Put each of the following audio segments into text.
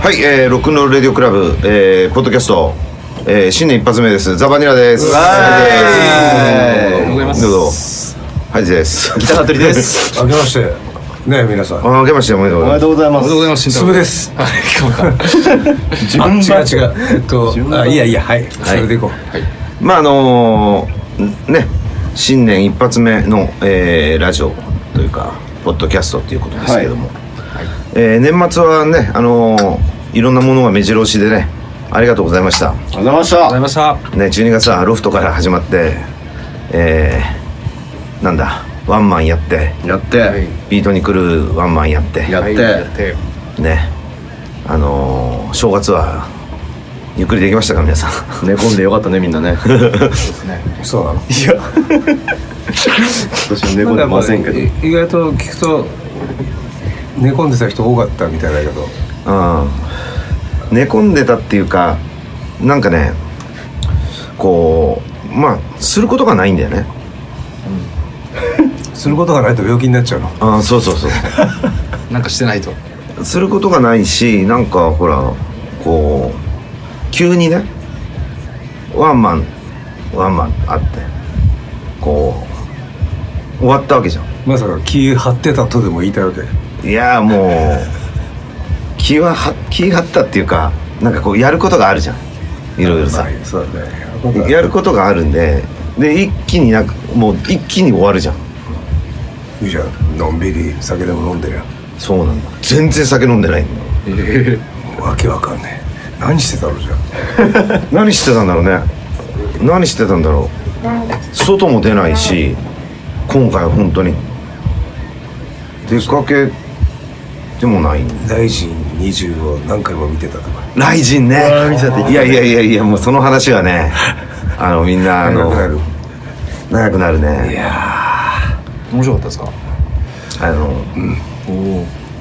はい、えー、ロックンロールレディオクラブ、えー、ポッドキャスト、えー、新年一発目ですザバニラですうわーはいいですどうぞハイジです北服部です。明けましてね皆さん あ明けましておめでとうございますとおめでとうございまうございます。すぶですはい、かもか。あ違う違うえっと順番あいやいやはいそれでいこうまああのー、ね新年一発目の、えー、ラジオというかポッドキャストっていうことですけども、えー年末はねあのー、いろんなものが目白押しでねありがとうございましたありがとうございましたございました。ね、12月はロフトから始まってえー、なんだワンマンやってやって、ビートに来るワンマンやってやって、ねあのー、正月はゆっくりできましたか皆さん寝込んでよかったねみんなね今そうなの年は寝込んでませんけどなんかまあい意外と聞くと寝込んでた人多かったみたいだけどうん寝込んでたっていうかなんかねこうまあすることがないんだよねすることがないと病気になっちゃうのあーそうそうそう なんかしてないと。することがないしなんかほらこう急にねワンマンワンマンあってこう終わったわけじゃんまさか気張ってたとでも言いたいわけいやーもう気はは気張ったっていうかなんかこうやることがあるじゃんいろいろさまあそうだねやることがあるんでで一気になくもう一気に終わるじゃんいいじゃんのんびり酒でも飲んでりゃそうなんだ全然酒飲んでないんだわけわかんねえ何してたのじゃ何してたんだろうね何してたんだろう外も出ないし今回は本当に出かけでもないあ大臣20を何回も見てたとか雷神ねいやいやいやいやもうその話はねあのみんなあの長くなる長くなるいねや面白かったですか。あのお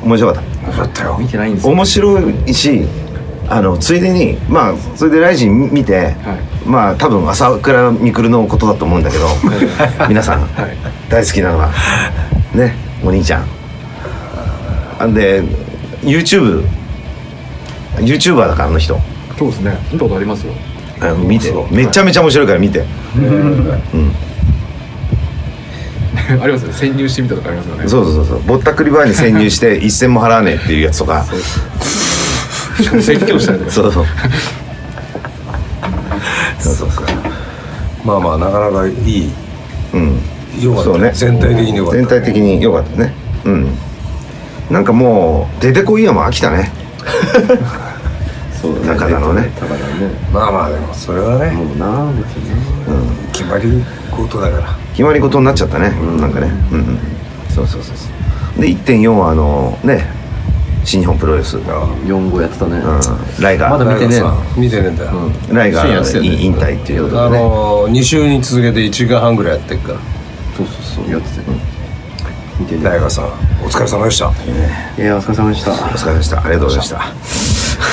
お。面白かっーよかったよ見てないんですたよ。面白いしあのついでにまあそれで雷神見て、まあ多分朝倉未来のことだと思うんだけど皆さん、はい。大好きなのはねお兄ちゃんあんで YouTubeYouTuber だからあの人そうですね。見たことありますよ。 あの見てそうめちゃめちゃ面白いから見て、ありますよね。潜入してみたとかありますよね。そうそうそうそうぼったくりバーに潜入して 一銭も払わねえっていうやつとかう。説教したりとか。そうそうそうそうそうまあまあなかなかいいうんよかったそうね全体的によかった全体的に良かったねうんなんかもう出てこいやも飽きたねそう中田のねだからねまあまあでもそれはねもうな別に決まり事だから決まり事になっちゃったね、なんかね、うんうん、そうそうそうそうで1.4はあのね新日本プロレス、うん、あ4号やってたね、ライガーまだ見てねえな見てねえんだよ、ライガ深夜やってたーよね引退っていうことであねのー、2週に続けて1時間半ぐらいやってっからそうそうそうやってたよ、見てね大河さんお疲れ様でしたいやお疲れ様でしたお疲れ様でしたありがとうございました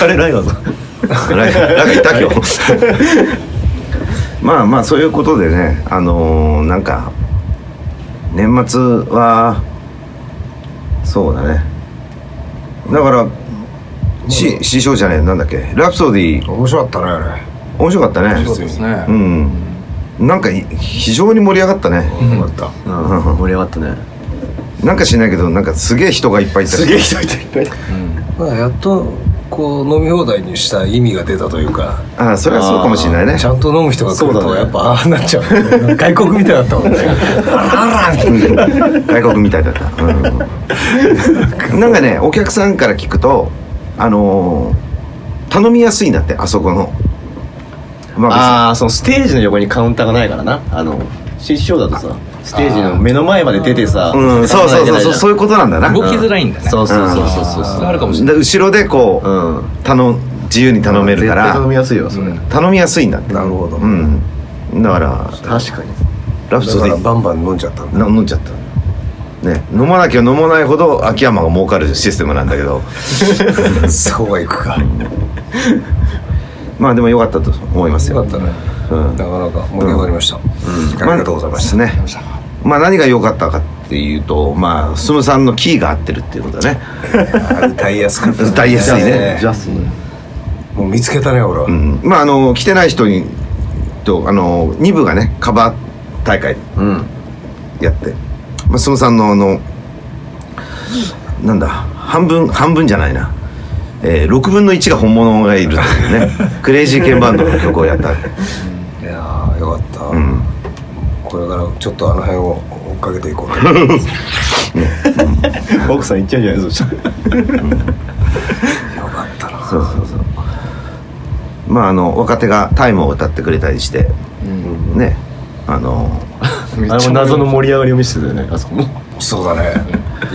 あれライガーさんライガーなんかいた今日まあまあそういうことでねあのーなんか年末はそうだねだから、し師匠じゃねえなんだっけラプソディ面白かったねあれ面白かったねそうですねう。んなんかい非常に盛り上がったね、面白かっうん盛り上がったねなんかしないけどなんかすげえ人がいっぱいいたすげえ人いたた、まあ、やっとこう飲み放題にした意味が出たというかああそれはそうかもしれないねちゃんと飲む人が来るそうとだねやっぱああなっちゃう、外国みたいだったもんねあらあらみたいな外国みたいだった、うん、なんかねお客さんから聞くとあのー頼みやすいんだってあそこのまあああそのステージの横にカウンターがないからなあの師匠だとさステージの目の前まで出てさうん、そうそうそうそうそういうことなんだな動きづらいんだね。そうそうそうそうそうそそれあるかもしれない。で後ろでこう、うん頼自由に頼めるか絶対ら頼みやすいわそれ、頼みやすいんだってなるほどうんだから確かにラプだソかデらィバンバン飲んじゃっ たんだな飲んじゃったね飲まなきゃ飲まないほど秋山が儲かるシステムなんだけどそうはいくかまあでも良かったと思いますよよかったね、うん なかなか盛り上がりました、ありがとうございました、ねまあ何が良かったかっっていうとまあすむさんのキーが合ってるっていうことだねあ歌いやすかった、歌いやすいねジャスねもう見つけたね俺は、うん、まああの来てない人にとあの2部がねカバー大会うんやって、まあ、すむさんのあのなんだ半分半分じゃないな、えー、6分の1が本物がいるっていうねクレイジーケンバンドの曲をやった、いやーよかっうた、ん、これからちょっとあの辺を追っかけていこうと思います奥さん行っちゃうんじゃないそしたらよかったなそうそうそうまああの若手が「タイムを歌ってくれたりしてうんねあのめっあれちもゃ謎の盛り上がりを見せてたよねあそこも、そうだね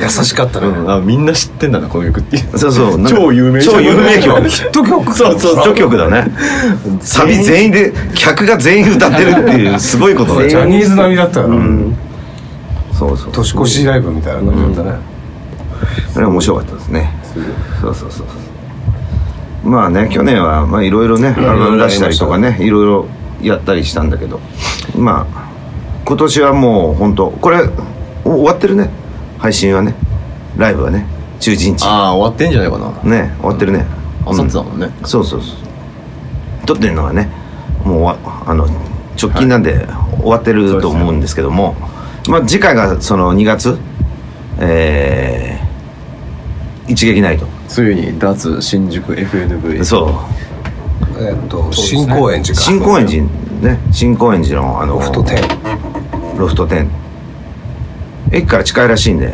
優しかったね、うん、あみんな知ってんだなこの曲っていうそうそうなんか超有名超有名曲ヒット 曲そうそう序曲だねサビ全員で客が全員歌ってるって いうすごいことだジじャゃんニーズ並みだったよな、そうそう年越しライブみたいな感じだったね、あれ面白かったですねそうそうそうそうまあね去年はまあいろいろねアルバム出したりとかねいろいろやったりしたんだけどまあ今年はもう本当これお終わってるね配信はねライブはね中日日ああ終わってんじゃないかなね終わってるねあさってだもんね、そうそうそう撮ってるのはねもうわあの直近なんで終わってると思うんですけども、まあ次回がその2月えー一撃ないとついに脱新宿 FNV そうえーっと、新高円寺か新高円寺ね新高円寺のあのロフト10ロフト10駅から近いらしいんで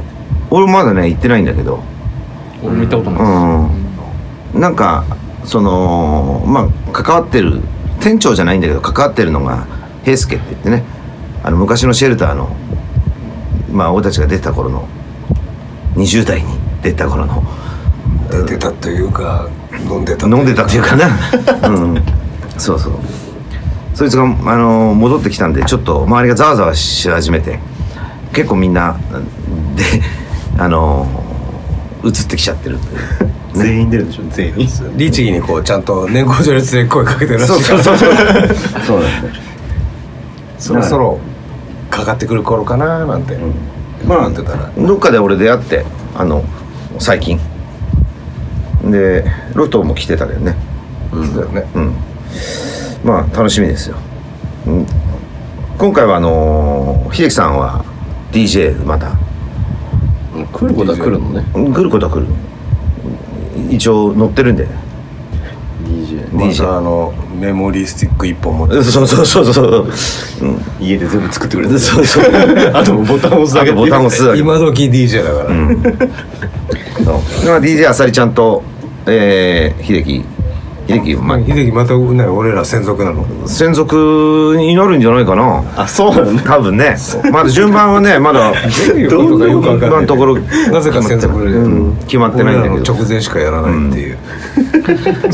俺もまだね行ってないんだけど俺も行ったことないですうん、なんかそのまあ関わってる店長じゃないんだけど関わってるのが平助って言ってねあの昔のシェルターのまあ俺たちが出てた頃の20代に出てた頃の出てたというか飲んでたというか飲んでたっていうかな、うん、そうそうそいつが、あの戻ってきたんでちょっと周りがざわざわし始めて結構みんなで、あの移ってきちゃってるという全員出るでしょ全員律儀にこうちゃんと年功序列で声かけてるらしいそうかそうらそうそうそうなんですねそろそろかかってくる頃かななんて、ままああってたらどっかで俺出会ってあの最近でロトも来てたけどねそうだよねうんまあ楽しみですよ、うん、今回はあのー秀樹さんは DJ また来ることは来るのねうん来ることは来る一応乗ってるんで DJ ま DJ たあのメモリースティック一本持ってそうそうそうそううん家で全部作ってくれてそうそうあとボタン押すだけあとボタン押すだけ今時 DJ だから、そうまあ DJ あさりちゃんとえー、秀樹秀樹ままああ、秀樹またね俺ら専属なの専属になるんじゃないかなあそうなのね多分ねまだ順番はねまだどういうことかよくわかんない今のところなぜか専属で、うん決まってないんだけど俺らの直前しかやらないっていう、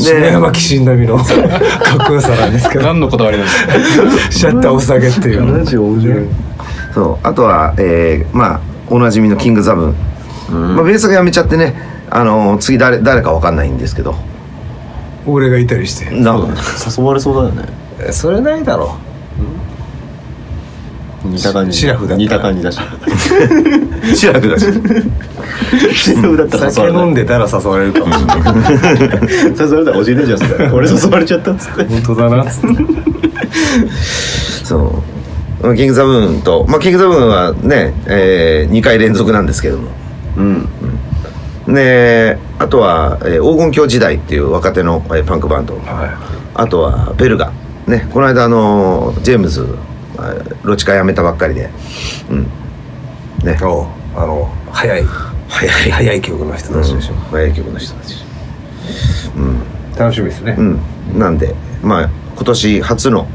篠で山紀信並みのか っこよさなんですけど何のこだわりなんですかシャッター押すだけっていう面白いそうあとは、えーまあおなじみのキングザブン、まあ、ベースがやめちゃってねあのー次誰誰かわかんないんですけど俺がいたりしてな誘われそうだよねそれないだろ似た感じシラフだったら似た感じだしシラフだしシラフだ ったら誘酒わ飲れんなでいたら誘われるかもしれない誘われたら教えてじゃんそれ俺誘われちゃったっつって本当だなっつってそうまあキングザブーンと、まあ、キングザブーンはね、え2回連続なんですけどもうんであとは、えー黄金鏡時代っていう若手の、えーパンクバンド、あとはベルガねこの間あのジェームズあロチカ辞めたばっかりでうんねおうあの早い早い早い曲の人たちでしょ、早い曲の人たち楽しみですねうんなんでまあ今年初の、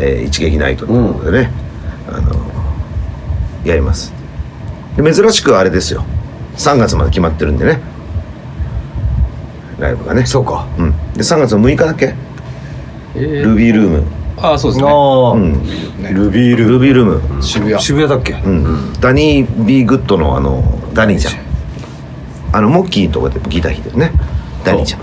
えー一撃ナイトということでね、あのやりますで珍しくあれですよ3月まで決まってるんでねライブがねそうかう、ん、で3月の6日だっけえールビールーム、ああそうですねあうん、ねルビールルビールーム、渋谷渋谷だっけ、うん、ダニー・ビー・グッドのあのダニーちゃんあのモッキーのとこでギター弾いてるねダニーちゃん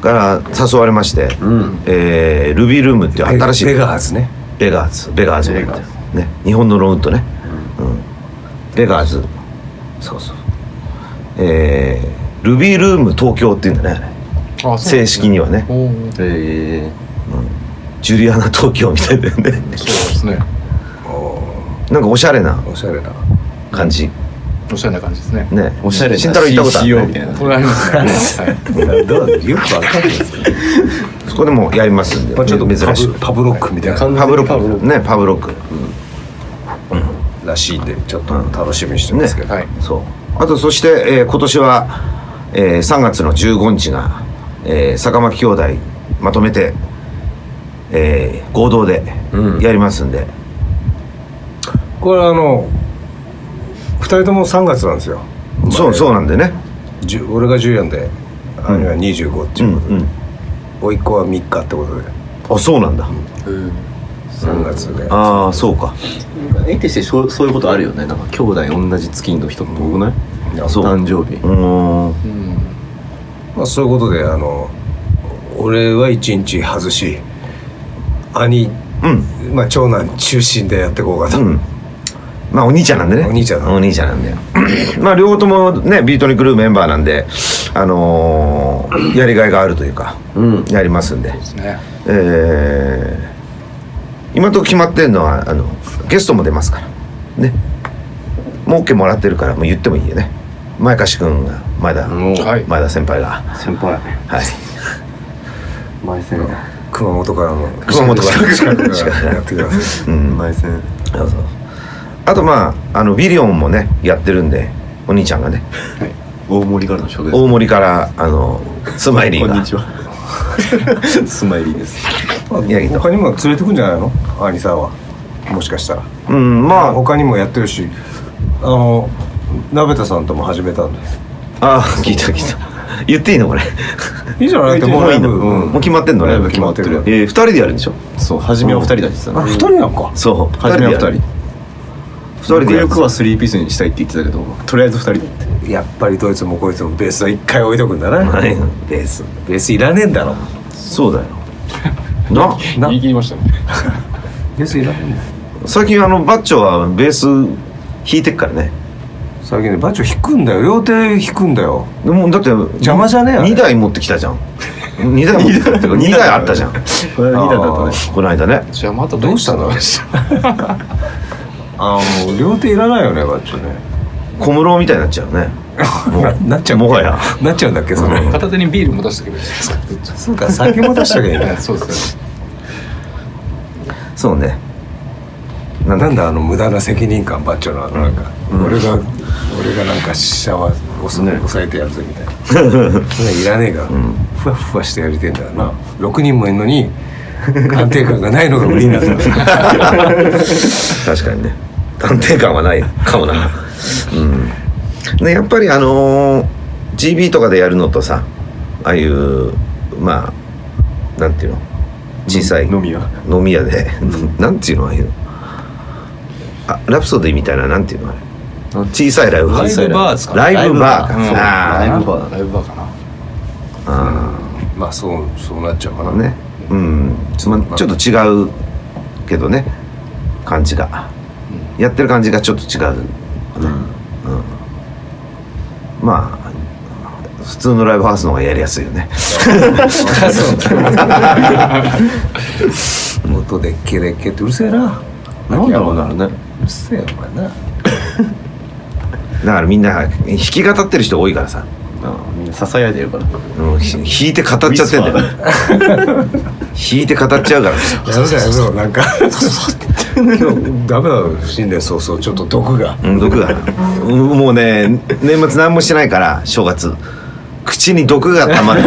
から誘われまして、んえールビールームっていう新しいベガーズねベガーズベガーズね日本のローンとね、うんベガーズそうそうえー、ルビールーム東京っていうんだねあれあ正式にはねそうなんですねえジュリアナ東京みたいだよねおーそうですねなんかおしゃれなおしゃれな感じおしゃれな感じですねねおしゃれな慎太郎行ったことあ CCO る、みたいね、なこれありますねはいどうだよくわかんないですよそこでもうやりますんで、まあ、ちょっと珍しいパブパブロックみたいなパブロックブロックねパブロック、らしいんでちょっと楽しみにしてますけ ど、はいそうあとそして、えー今年は、えー3月の15日が、えー坂巻兄弟まとめて、えー合同でうんやりますんで、これはあの2人とも3月なんですよそうそうなんでねじゅ俺が14で兄は25ってういんう、うん甥っ子は3日ってことであそうなんだ、 3月で、ああそうか絵としてそうそういうことあるよねなんか兄弟同じ月の人って多くないそう誕生日うーんうんまあ、そういうことであの俺は1日外し兄、うんまあ、長男中心でやっていこうかと、うんまあお兄ちゃんなんでねお兄ちゃんなんでお兄ちゃんなんで まあ両方ともねビートにクルーメンバーなんであのーやりがいがあるというかうんやりますんでですねえー今と決まってるのはあのゲストも出ますからねもう OK もらってるからもう言ってもいいよね前貸君が前田もうはい前田先輩が先輩はい前線熊本からの熊本から近くからやってくださいうん前線そうそうあとまああのビリオンもねやってるんでお兄ちゃんがね大森からの初です大森からあのスマイリーこんがにちは スマイリーです宮城と他にも連れてくんじゃないの兄さんはもしかしたらうんまあ他にもやってるしあの鍋田さんとも始めたんであ聞いた聞いた言っていいのこれいいじゃないってもうライブもう決まってんのラねイブ決まってるえー、2人でやるんでしょそう初めは二人だってさあ二人なんかそう初めは二二人2人でやよるくはスリーピースにしたいって言ってたけどとりあえず二人だってやっぱりどいつもこいつもベースは一回置いとくんだな、はいベースベースいらねえんだろそうだよなな言い切りましたね ベースいらねえんだ最近あのバッチョはベース弾いてっからね最近ねバチョ弾くんだよ両手弾くんだよでもだって邪魔じゃねえよね2台持ってきたじゃん2台持ってきたっていうか2台あったじゃんこれは二段だったあねこの間ねじゃあまたど うしたのああもう両手いらないよねバチョね小室みたいになっちゃうねもなうなっちゃうもはやなっちゃうんだっけそれ、片手にビールも出してくれるじゃないですかそうか酒も出しとけばいいねそうですねそうねなんだなんだあの無駄な責任感バッチョのあのなんか、俺が俺がなんかシャワーを押,、ね、抑えてやるぜみたい なそんなんいらねえから、ふわふわしてやりてえんだよな6人もいるのに安定感がないのが売り なんだ確かにね安定感はないかもなうんねやっぱりあのー GB とかでやるのとさああいうまあなんていうの小さい飲みは飲み屋でなんていうのああいうのあラプソディみたいななんていうのあれなん小さいライブハウスライブバーですかライブバーライブバーあライブバーライブバーかなあまあそうそうなっちゃうかあな、ねうん、まあ、ちょっと違うけどね感じが、やってる感じがちょっと違う、うんまあ普通のライブハウスの方がやりやすいよね 音でっけでっけってうるせえななんだろうなあれねうるせえよお前なだからみんな弾き語ってる人多いからさあみんな支え合えてるからもうひ弾いて語っちゃってんだよウィ弾いて語っちゃうからさやめろやめろ なんか今日ダメだろ新年早々ちょっと毒がうん毒がうんもうね年末何もしてないから正月口に毒が溜ま って口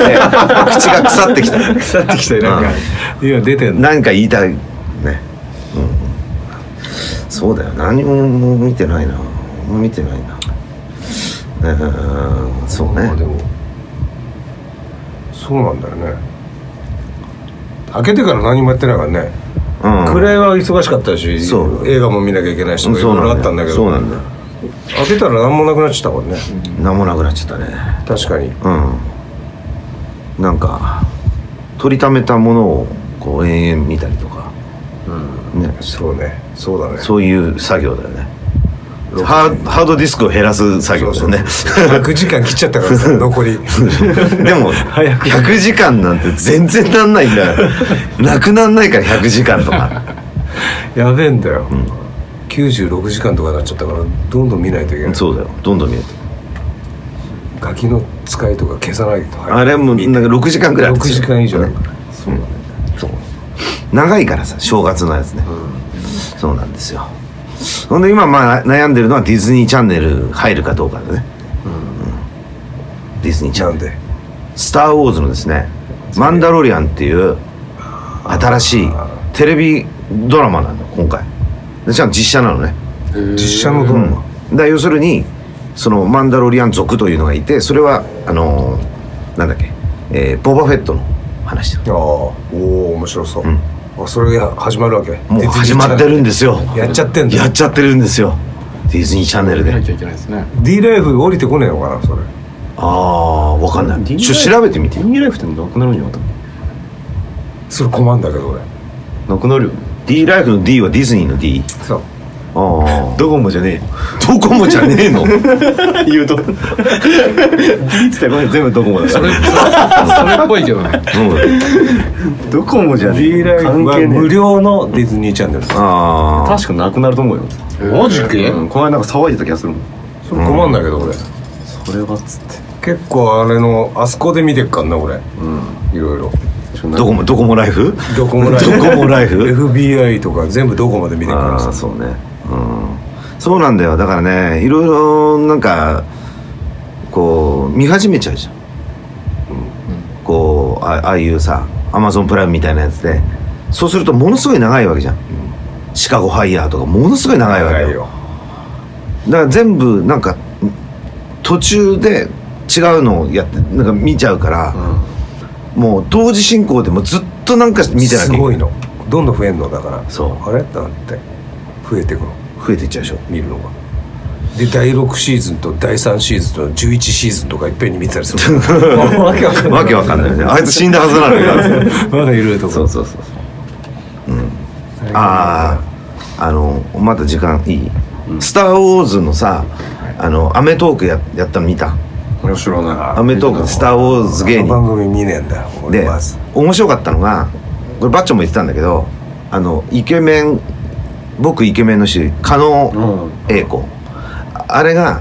が腐ってきた腐ってきたよなんか今出てんのなんか言いたいね、うん、そうだよ何も見てないなもう見てないなうんそうまあねでもそうなんだよね開けてから何もやってないからね、うん暗いは忙しかったしそう映画も見なきゃいけないしとかいそろういろなあんっだたんだよけどそうなんだよ開けたら何もなくなっちゃったからね、何もなくなっちゃったね確かにうんなんか取りためたものをこう延々見たりとか、ねそうねそうだねそういう作業だよね、ハーハードディスクを減らす作業です よね 100時間切っちゃったからさ残りでも100時間なんて全然なんないんだよなくなんないから100時間とかやべえんだよ、96時間とかになっちゃったからどんどん見ないといけないそうだよどんどん見えてガキの使いとか消さないとあれもなんか6時間ぐらいあるん6です時よ間以上あるねからそうだねそう長いからさ正月のやつね、そうなんですよほんで今まあ悩んでるのはディズニーチャンネル入るかどうかだね、うんディズニーチャなンんネルで「スター・ウォーズ」のですね「マンダロリアン」っていう新しいテレビドラマなんだよ今回でしかも実写なのね実写のドラマ、だから要するにそのマンダロリアン族というのがいてそれはあのーなんだっけ、えーボバフェットの話だああおお面白そう、んあそれが始まるわけもう始まってるんですよやっちゃってんだやっちゃってるんですよディズニーチャンネル見なできゃいけないですね D ライフ降りてこねえのかなそれああわかんないちょ調べてみてディニーライフってなくなるんじゃなかっそれ困んだけど俺たなくなるよ D ライフの D はディズニーの D そうああドコモじゃねどこもじゃねえの えよ 言うと D っつったら全部ドコモだかそれらそれっぽいけどねうんドコモじゃね D ライフ関は係ねえ無料のディズニーチャンネルそああ確かなくなると思うよマジでうんこの間なんか騒いでた気がするもんれ困んだけど俺それはっつって結構あれのあそこで見てっかんな俺いろいろどこもどこもライフドコモライフドコモライ フ FBI とか全部ドコモで見てっかあらあーさそうねうんそうなんだよだからねいろいろなんかこう見始めちゃうじゃん、こうあああいうさアマゾンプライムみたいなやつでそうするとものすごい長いわけじゃん、シカゴファイヤーとかものすごい長いわけ長よいよだから全部なんか途中で違うのをやってなんか見ちゃうから、もう同時進行でもずっとなんか見てなきゃすけなごいのどんどん増えんのだからそうあれなんて増えてくの増えていっちゃうでしょ見るのがで第6シーズンと第3シーズンと11シーズンとかいっぺんに見てたりする わけわかんないわけわかんないよねあいつ死んだはずなのよ まだいるとこそうそうそうそう、うん、あああのまた時間いい、スター・ウォーズ」のさ「あのアメトークや」やったの見た面白い「なアメトーク」「スター・ウォーズ芸あの人番組見ねえんだよ」俺でまず面白かったのがこれバッチョも言ってたんだけどあのイケメン僕イケメンの主加納英子、ああれが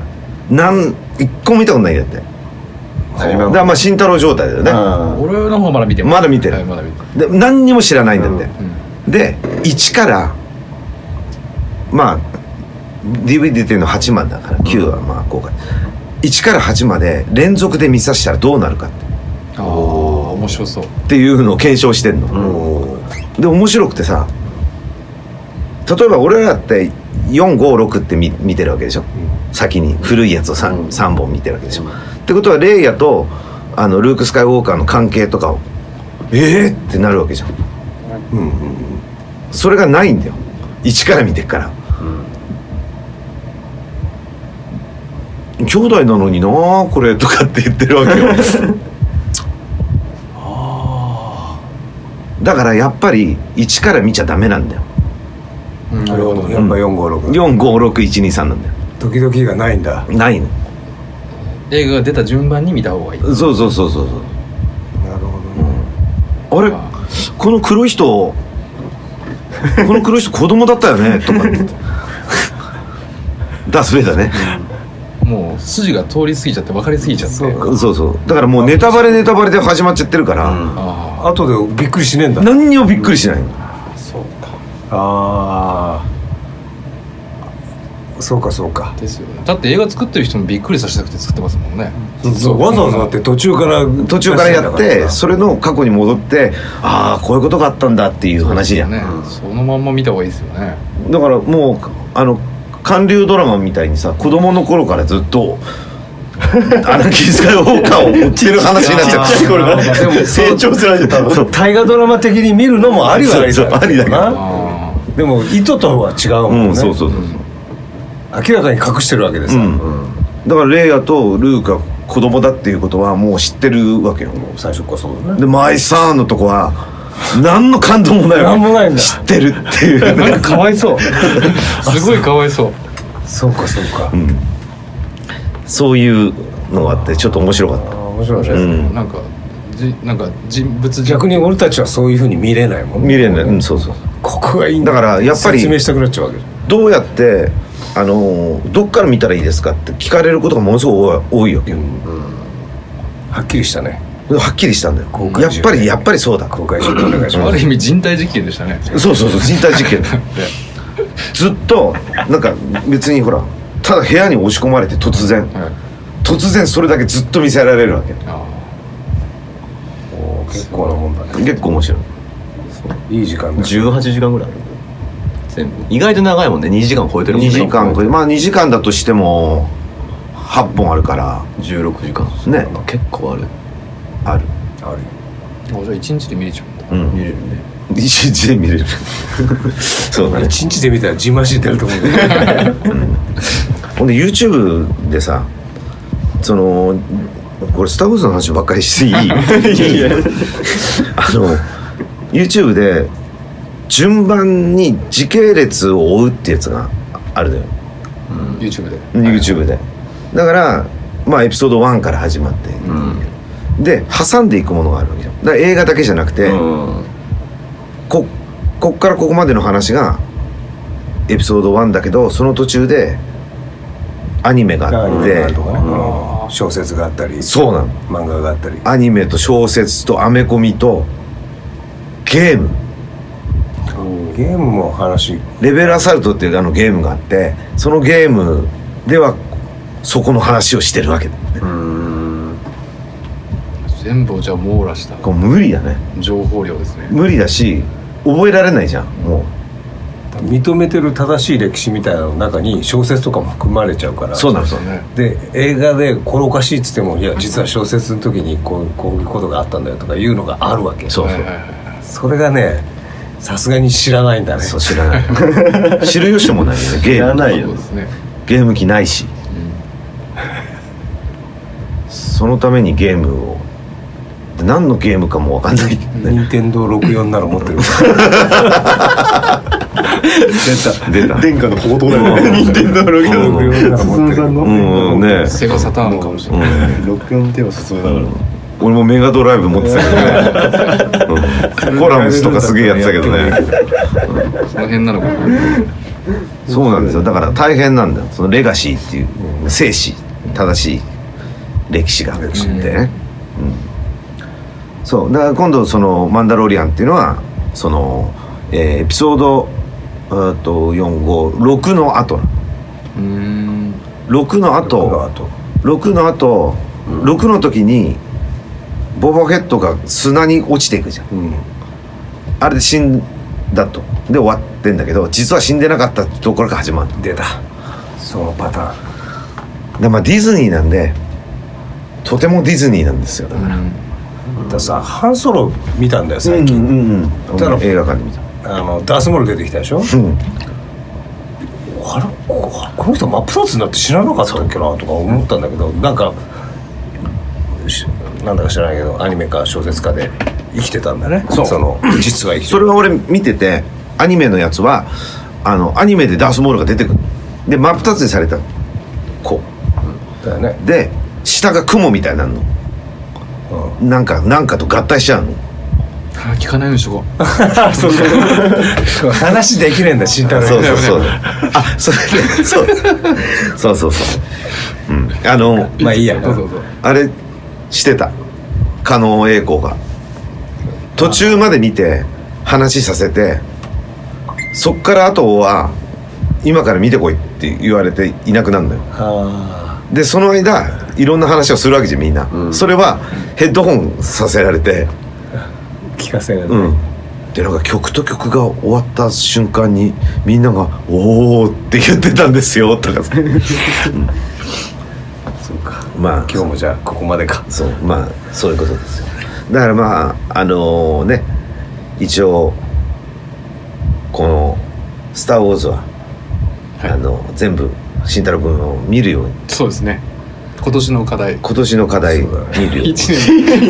なん一個も見たことないんだってだからまあ慎太郎状態だよね、 俺の方まだ見てまだ見てるはいまだ見てるで何にも知らないんだって、で1からまあ DVD っていうの8万だから9はまあ公開、1から8まで連続で見させたらどうなるかってああ面白そうっていうのを検証してんの、で面白くてさ例えば俺らって456って見見てるわけでしょ、先に古いやつを 3,、三本見てるわけでしょ、ってことはレイヤとあのルーク・スカイウォーカーの関係とかをえー、ってなるわけじゃんそれがないんだよ一から見てっから、兄弟なのになあこれとかって言ってるわ けよだからやっぱり一から見ちゃダメなんだよなるほどやっぱ456 456123なんだよ時々がないんだないの映画が出た順番に見た方がいいそうそうそうそうそうなるほどねあれあこの黒い人この黒い人子供だったよ ねとかってダース・ベイダーねもう筋が通り過ぎちゃって分かりすぎちゃってそうかそうそうだからもうネタバレネタバレで始まっちゃってるから、あ後でびっくりしねえんだ何にもびっくりしない、あそうかああそうかそうかですよねだって映画作ってる人もびっくりさせたくて作ってますもんねそうわざわざだって途中から途中からやっ出してんだかてらさそれの過去に戻ってああこういうことがあったんだっていう話じゃん、ねそのまんま見た方がいいですよ ねだからもうあの韓流ドラマみたいにさ子供の頃からずっ とアナキースカイウォーカーを追ってる話になっ ちゃちっちゃい頃からうでも成長すられてた大河ドラマ的に見るのもありはありそうそうありだけどなあでも意図とは違うもんね、うんそうそうそうそう明らかに隠してるわけでさ、うんだからレイヤとルーが子供だっていうことはもう知ってるわけよ最初からそうだねでマイサーのとこは何の感動もないわけなんもないん だ知ってるっていうあかわいそうすごいかわいそうそうかそうか、うん、 そういうのがあってちょっと面白かっあたー面白いね、うんなんかじなんか人物逆に俺たちはそういうふうに見れないもん見れない、うん、そうそうここがいいんだからやっぱり説明したくなっちゃうわけじゃんどうやってあのーどっから見たらいいですかって聞かれることがものすごく多い多いよはっきりしたねはっきりしたんだよ公開や中っぱりやっぱりそうだ公開してお願いしあまるす意味人体実験でしたねそうそうそう人体実験ずっとなんか別にほらただ部屋に押し込まれて突然はい突然それだけずっと見せられるわけあおー結構なもんだね結構面白いいい時間だね18時間ぐらいあるー全部意外と長いもんね2時間超えてるもん2ね時間これまあ2時間だとしても8本あるから16時間ね結構あるあるあるよあじゃあ一日で見れちゃうんうだん見れるね一日で見 れるそうだね一日で見たらジンマシン出る と思うけどほんで YouTube でさそのこれ「スター・ウォーズ」の話ばっかりして いいいいあの YouTube で順番に時系列を追うってやつがあるのよ YouTube で YouTube でだからまあエピソード1から始まって、で挟んでいくものがあるわけじゃんだから映画だけじゃなくて、うんここっからここまでの話がエピソード1だけどその途中でアニメがああっるてとかねうん小説があったりそうなの漫画があったりアニメと小説とアメコミとゲームゲームも話レベルアサルトっていうあのゲームがあってそのゲームではそこの話をしてるわけだ全部をじゃあ網羅したこれ無理だね情報量ですね無理だし覚えられないじゃんも認めてる正しい歴史みたいなの中に小説とかも含まれちゃうからうそうなんですそようねで映画でこれおかしいっつってもいや実は小説の時にこうこういうことがあったんだよとかいうのがあるわけそうはそいうはいはそれがねさすがに知らないんだねそう知 らない知る由もない よねゲ知ーらムないいよそうですねゲーム機ないし、そのためにゲームをで何のゲームかもわかんない、任天堂64なら持ってる出た殿下の宝刀だよね任天堂64なら持って進さるんのうんねセガサターンかもしれない64手を進めながら俺もメガドライブ持ってたけ どね、うんコラムスとかすげえやってたけどねその辺なのかなそうなんですよだから大変なんだよそのレガシーっていう、生死正しい歴史があるってね、うん、そうだから今度その「マンダロリアン」っていうのはその、えーエピソードえーっと456の後うーん6のこの後後6の後6の時にボボヘッドが砂に落ちていくじゃんうんあれで死んだとで終わってんだけど実は死んでなかったところから始まる出たそのパターンでまあディズニーなんでとてもディズニーなんですよだからだからさハンソロ見たんだよ最最近近、うんだから映画館で見たあのダースモール出てきたでしょうんあれここの人真っ二つになって知らなかったっけなとか思ったんだけどなんかしなんだか知らないけどアニメか小説かで生きてたんだねそうの実は生きてそれは俺見ててアニメのやつはあのアニメでダースモールが出てくるで真っ二つにされたこたよねうで下が雲みたいになるのなんかなんかと合体しちゃうのあー聞かないようにしとこう 話できねえんだ慎太郎そうにそうそう。あ、それで、そう。そうそうそう。うん、あの、まあいいやどうぞどうぞあれ、してた。加納栄光が。途中まで見て、話させて、そっから後は、今から見てこいって言われていなくなるのよ。あで、その間、いろんな話をするわけじゃん、みんな。それは、ヘッドホンさせられて、ー聞かせない、うん、でなんか曲と曲が終わった瞬間にみんなが「おお」って言ってたんですよとかさ、うんそうかまあ今日もじゃあここまでかそうまあそういうことですよだからまああのね一応この「スター・ウォーズは」はいあの全部慎太郎君を見るようにそうですね今年の課題今年の課題見るよ一年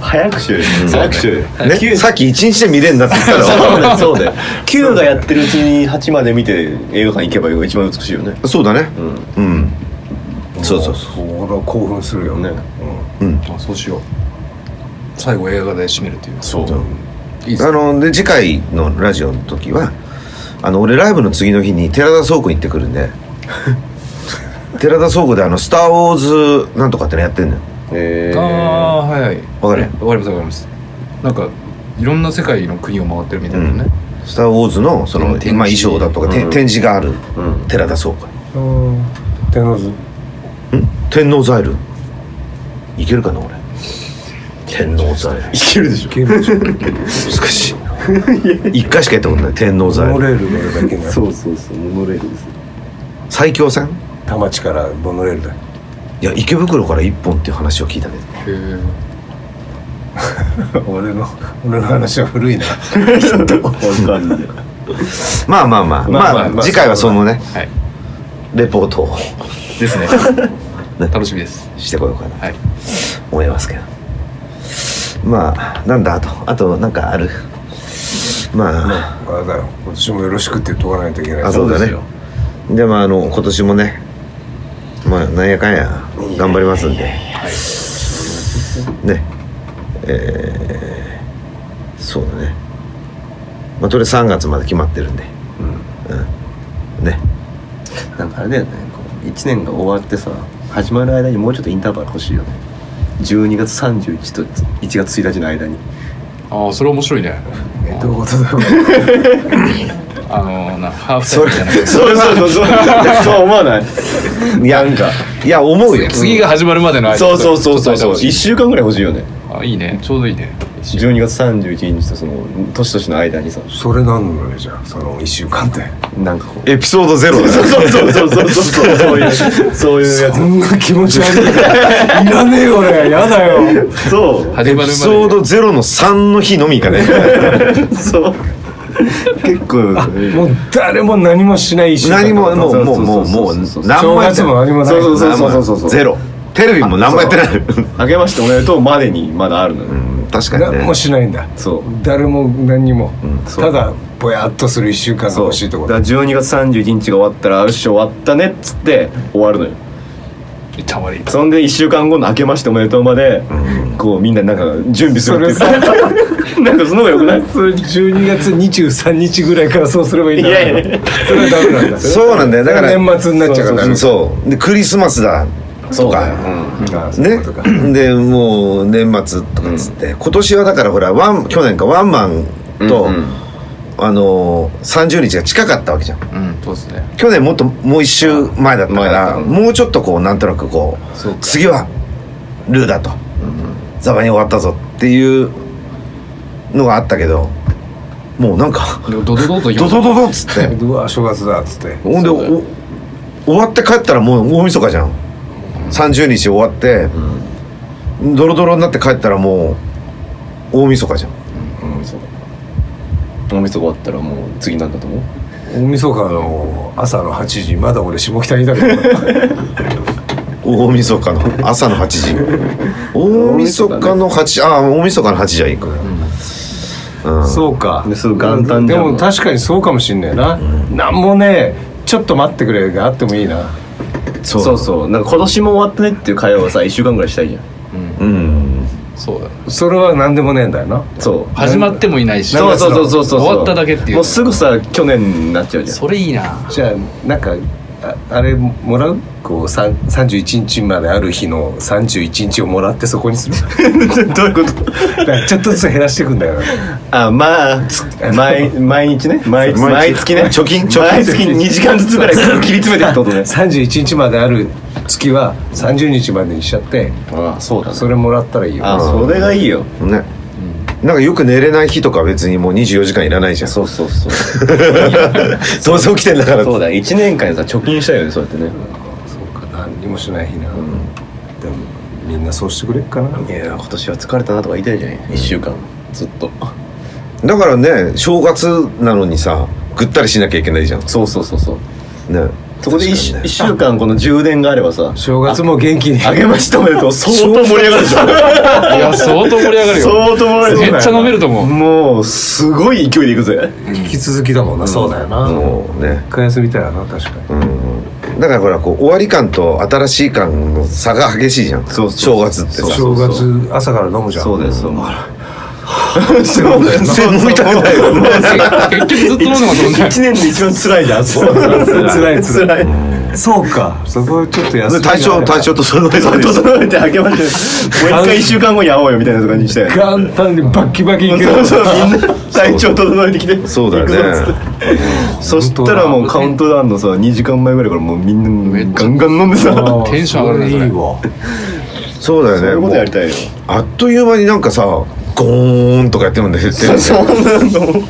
早くしようよ早くしようよね、さっき一日で見れんなって言ったらそうだよそうだよ9がやってるうちに8まで見て映画館行けば一番美しいよねそうだねうん、そうそうそう俺は興奮するよね、うあそうしよう最後映画で締めるっていうそういいっすあので次回のラジオの時はあの俺ライブの次の日に寺田倉庫行ってくるんで寺田倉庫であの「スター・ウォーズ」なんとかってのやってんのよえああはいはいわかるわかりますわかりますなんかいろんな世界の国を回ってるみたいなね、 「スター・ウォーズの」その、まあ、展示衣装だとか、てうん展示があるうん寺田倉庫ん天王洲ん天王ザイルいけるかな俺天王ザイルいけるでしょゲー ムじゃん難しい一回しかやったことない天王ザイモルノレール乗ればいけないそうそうそうモノレールです最強戦田町からモノレールだいや池袋から一本っていう話を聞いたけどへえ 俺の俺の話は古い なわかんないまあまあまあまあまあままああ次回はそのねはいレポートをですねね楽しみですしてこようかなはい思いますけどまあなんだあとあとなんかあるまああれだよ今年もよろしくって言っとかないといけないあそうだねでまああの今年もねまあなんやかんや頑張りますんでねえーそうだねまあとりあえず3月まで決まってるんでうんね なんかあれだよねこう1年が終わってさ始まる間にもうちょっとインターバル欲しいよね12月31と1月1日の間にああそれ面白いねえどういうことだろう あのなハーフタイムじゃなくてそうそうそうそう そう思わないいや なんかいや思うよ次が始まるまでの間そうそうそうそうちそょうっと1週間ぐらい欲しいよねあいいねちょうどいいね12月31日とその年々の間にさそれなんのよじゃあその1週間ってなんかこうエピソードゼロ だよそうそうそうそうそうそうそう いうそういうやそんな気持ち悪いいらねえ俺やだよつそう始エまるまでピソードゼロの3の日のみかねそう結構もう誰も何もしない1週間何ももそううもそううもうもうそうそうそう何正もやって月もない何もないそうそうそうそうそうそうゼロテレビも何もやってないあけましておめでとうまでにまだあるのよ確かにね何もしないんだそう誰も何にも、そうただぼやっとする1週間がそう欲しいとこだろから12月31日が終わったらある種終わったねっつって終わるのよ一旦終わりそんで1週間後の「明けましておめでとう」まで、こうみんななんか準備するっていう なんかその方がよくないそれ12月23日ぐらいからそうすればいいんだいやいやそれはダメなんだそうなんだよだから年末になっちゃうからうんそうでクリスマスだとかああそういねうことか でもう年末とかっつって今年はだからほらワン去年かワンマンとうんうんあのー30日が近かったわけじゃんうんそうですね去年もっともう一周前だったか前だっらたうんもうちょっとこうなんとなくこそううか次はルーだとザバに終わったぞっていうのがあったけどもうなんかでもドドドと行きドますドドドっつってうわ正月だっつってほんでそうだよお終わって帰ったらもう大晦日じゃん30日終わって、ドロドロになって帰ったらもう大晦日じゃんうんそう大晦日終わったらもう次なんだと思う大晦日の朝の8時まだ俺下北にいたけど大晦日の朝の8時 大晦日の8時ああ大晦日の8時はいいか、うんそうかでそう元旦じでゃんも確かにそうかもしんねえな、なんもねちょっと待ってくれがあってもいいなそうそうそうなんか今年も終わったねっていう会話をさ1週間ぐらいしたいじゃうんんそうだそれは何でもねえんだよなそう始まってもいないしそうそうそうそうそう終わっただけっていうもうすぐさ去年になっちゃうじゃんそれいいなじゃあなんかああれもらうこうさん31日まである日の31日をもらってそこにす るどういうことだからちょっとずつ減らしていくんだよあまあつ毎毎日ね毎月毎日毎月ね貯金貯金毎月2時間ずつぐらい切り詰めていくってこと ね31日まである月は30日までにしちゃってあそうだねそれもらったらいいよあそれがいいよね、なんかよく寝れない日とか別にもう24時間いらないじゃんうそうそう どうせ起きてんだから そうだ1年間でさ貯金したいよねそうやってねそうか何にもしない日な、でもみんなそうしてくれるかないや今年は疲れたなとか言いたいじゃん1週間ずっとだからね正月なのにさぐったりしなきゃいけないじゃんそうそうそうそうねそこで 1, 週間この充電があればさ正月も元気にあげましたおめでとう相当盛り上がるでしょいや相当盛り上がるよ相当盛り上がるめっちゃ飲めると思うもうすごい勢いでいくぜ引き続きだもんな、そうだよな、もうね一回休みたいよな確かに、うんだからほらこう終わり感と新しい感の差が激しいじゃんそうそう正月ってさ正月朝から飲むじゃんそうですそう全然飲みたくないよ結局ずっと飲んでますもんね1年で一番辛いじゃんそう辛い 辛いそうかそこちょっと休み対象対象とそのちょっと整えて開けましたもう一回1週間後に会おうよみたいな感じにしたよね元旦にバッキバキいけるそうそうみんな体調整えてきてそうだよね行くぞっつってそしたらもうカウントダウンのさ2時間前ぐらいからもうみんなガンガン飲んで さあーテンション上がるねそれいいわそうだよねそういうことやりたいよもうあっという間になんかさゴーンとかやってるんで減ってるんだようなのね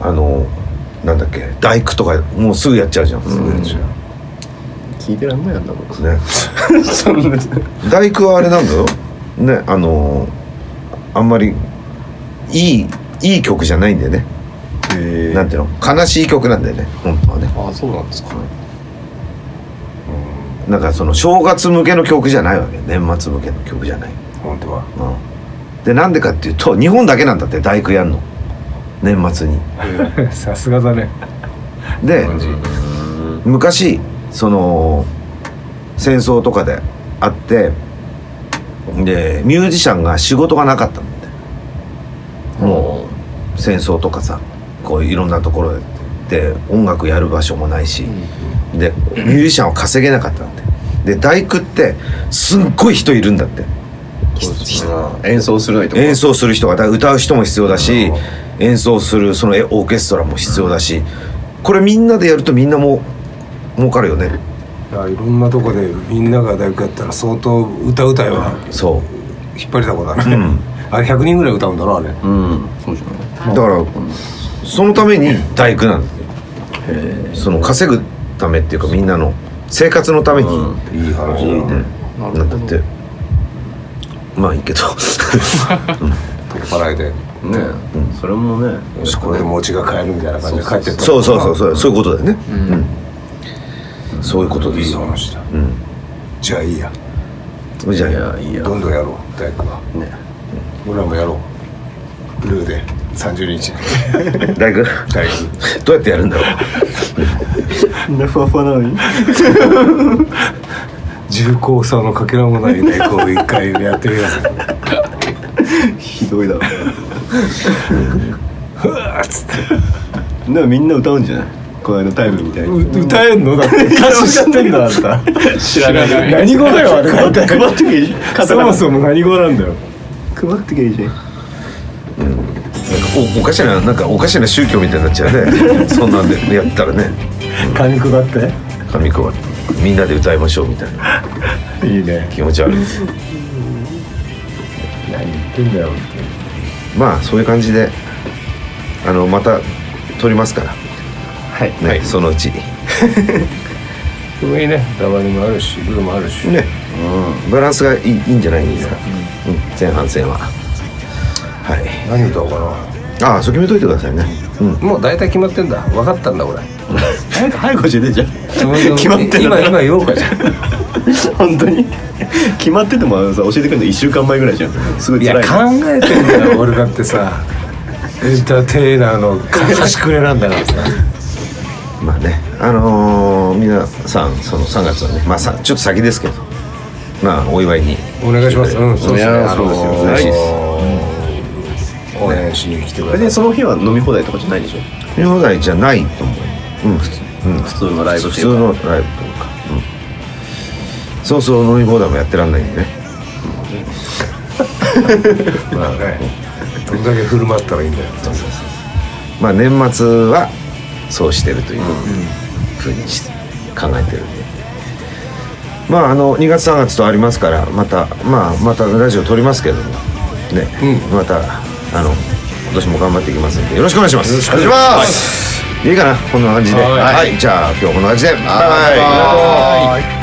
あのなんだっけ大工とかもうすぐやっちゃうじゃん聞いてらんないやんな僕ねそんな大工はあれなんだよねあのあんまりいいいい曲じゃないんだよね、なんていうの悲しい曲なんだよね本当はねあそうなんですかなんかその正月向けの曲じゃないわけ年末向けの曲じゃない、本当はうん、でなんでかっていうと日本だけなんだって大工やんの年末にさすがだねで昔その戦争とかであってでミュージシャンが仕事がなかったんだってもう戦争とかさこういろんなところで音楽やる場所もないし、でミュージシャンは稼げなかったんだってで大工ってすっごい人いるんだって演奏するのにとか演奏する人がだから歌う人も必要だし演奏するそのえオーケストラも必要だし、これみんなでやるとみんなも儲かるよねいやいろんなとこでみんなが大工やったら相当歌うたいはそ引っ張りだこだね、うんあれ100人ぐらい歌うんだろあれうんそうじゃないうだからそのために大工なんだよその稼ぐためっていうかみんなの生活のために、うんいい話だなななるんほだどってまあいいけど取っ払いでねそれもねそこで餅が買えるみたいな感じで帰ってったそうそうそうそうそういうことだよね、うんうんそういうことでいすいよ、話だうん、じゃあいいやじゃあいやいいやどんどんやろう大工はね俺らもやろうルーで30日大工 大工どうやってやるんだろうみ んなふわふわなのに重厚さのかけらもない大工を一回やってみようぜひど いだろふわーっつってでもみんな歌うんじゃないこの間タイムみ たいにう歌えんのだって歌手知ってんだあんた 知らないない何語だよあれだって 配ってけばいいじゃんそもそも何語なんだよ配ってけばいいじゃんおおかしななんかおかしな宗教みたいになっちゃうねそんなんでやったらね果肉だって神配ってみんなで歌いましょうみたいないいね気持ち悪い何言ってんだよまあそういう感じであのまた撮りますからはいね、そのうち上にねダバリもあるしブルもあるしね、バランスがいいいいんじゃないですか、うん前半戦ははい何歌おうかああそう決めといてくださいねうんなもう大体決まってんだ分かったんだ俺早く早く教えてじゃん 決まってんだ今今言おう かじゃん 本当に決まっててもさ教えてくるの1週間前ぐらいじゃんすごいいや辛い考えてんだ よ俺だってさエンターテイナーの貸しくれなんだからさまあねあのー皆さんその3月はねまあさちょっと先ですけどまあお祝いにお願いしますうんそうですねいやあそうのですよー嬉しいです応援しに来てくだ別さいにその日は飲み放題とかじゃないでしょ日本代じゃないと思ううん普通うん普通のライブっ普てい通うかのライブというか、うん、そうそう飲み放題もやってらんないんでねまあねどんだけ振る舞ったらいいんだよまあ年末はそうしてるというふうにし考えてるんでまああの2月3月とありますからまたまあまたラジオ撮りますけどもね、またあの今年も頑張っていきますんでよろしくお願いしますよろしくお願いします、いいかなこんな感じではい、じゃあ今日はこんな感じでバイバイ